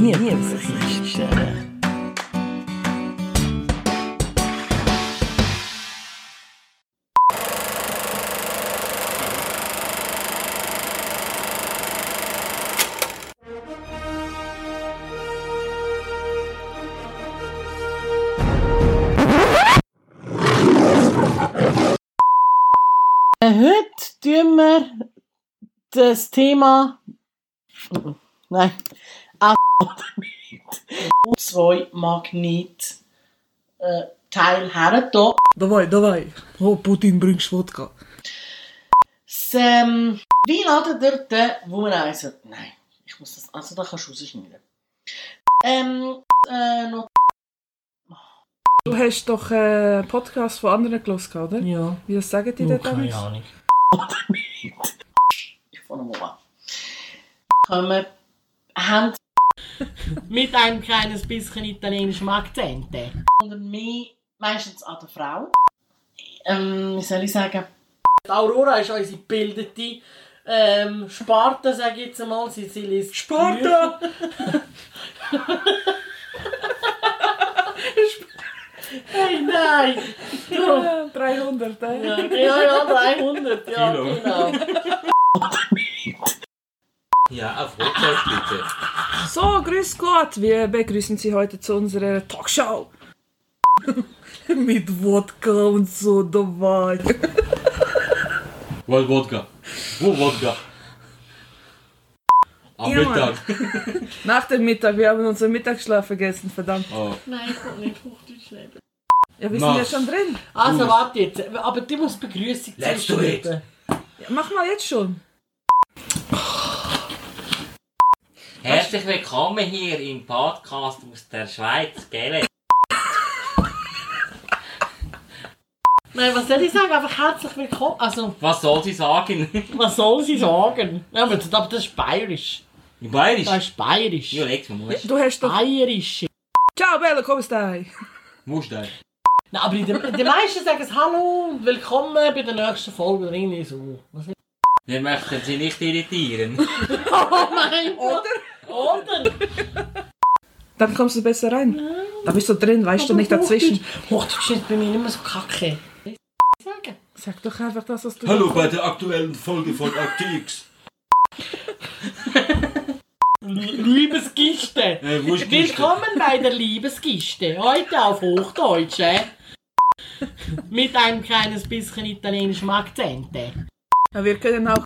mir ist es nicht schade. Äh, Heute tun wir das Thema. Mhm. Nein. Auch Magnet. Zwei Magnet. Äh, Teil her. Da. Давай, давай. Ho, Oh, Putin, bringst Wodka. Das, ähm, wie ladet ihr den Womanizer? Nein, ich muss das. Also, da kannst du rausschneiden. Ähm, äh, noch. Du hast doch äh, Podcasts von anderen gehört, oder? Ja. Wie das sagen die Ja, denn Oh, keine damals? Ahnung. Ich fange mal an. Kommen. Haben Mit einem kleines bisschen italienischem Akzent. eh. sondern mehr meistens an der Frau. Ähm, wie soll ich sagen? Aurora ist unsere gebildete ähm, Sparta, sage ich jetzt mal. Sie, sie liest Sparta! Hey, nein! Ja, 300, äh. Ja, ja, 300, ja, Kilo. genau. Ja, auf Rotzeug bitte. So, grüß Gott! Wir begrüßen Sie heute zu unserer Talkshow. Mit Wodka und so dabei. Wollt Wodka? Wo Wodka? Am Ja, Mann. Mittag. Nach dem Mittag, wir haben unseren Mittagsschlaf vergessen, verdammt. Oh. Nein, kommt nicht Hochdeutsch leben. Ja, wir sind Mach. ja schon drin. Also Los. warte jetzt, aber du musst Begrüßung Let's zuerst do it. machen. Ja, mach mal jetzt schon. Herzlich willkommen hier im Podcast aus der Schweiz, gell? Nein, was soll ich sagen? Einfach herzlich willkommen. Also, Was soll sie sagen? was soll sie sagen? Ja, aber das aber das ist bayerisch. In Bayerisch? Das ist bayerisch. Ja, leg's mal, musst Du hast Ah. doch... Bayerisch. Ciao, Bella, kommst du Musst du. Nein, aber in den, die meisten sagen es Hallo und Willkommen bei der nächsten Folge oder irgendwie so. Was ist- Wir möchten sie nicht irritieren. Oh mein Gott! Oder? Oder? Dann kommst du besser rein. Da bist du drin, weißt du, nicht dazwischen. Hochdeutsch ist bei mir nicht mehr so kacke. Sagen. Sag doch einfach das, was du... Hallo bei der aktuellen Folge von ActX. Liebesgiste. Äh, wo ist die Liste? Willkommen bei der Liebesgiste. Heute auf Hochdeutsch. Äh? Mit einem kleines bisschen italienischem Akzent. äh. Ja, wir können auch...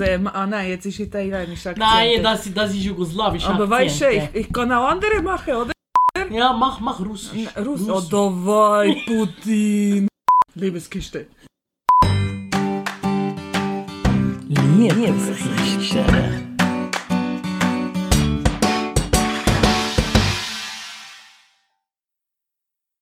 Ähm, ah nein, jetzt ist italienisch Akzent. Nein, das, das ist jugoslawisch. Aber weißt Akzent, du, äh. ich, ich kann auch andere machen, oder? Ja, mach, mach Russisch. Russ. Oh, давай, Putin. Liebeskiste. Mir ist es nicht schade.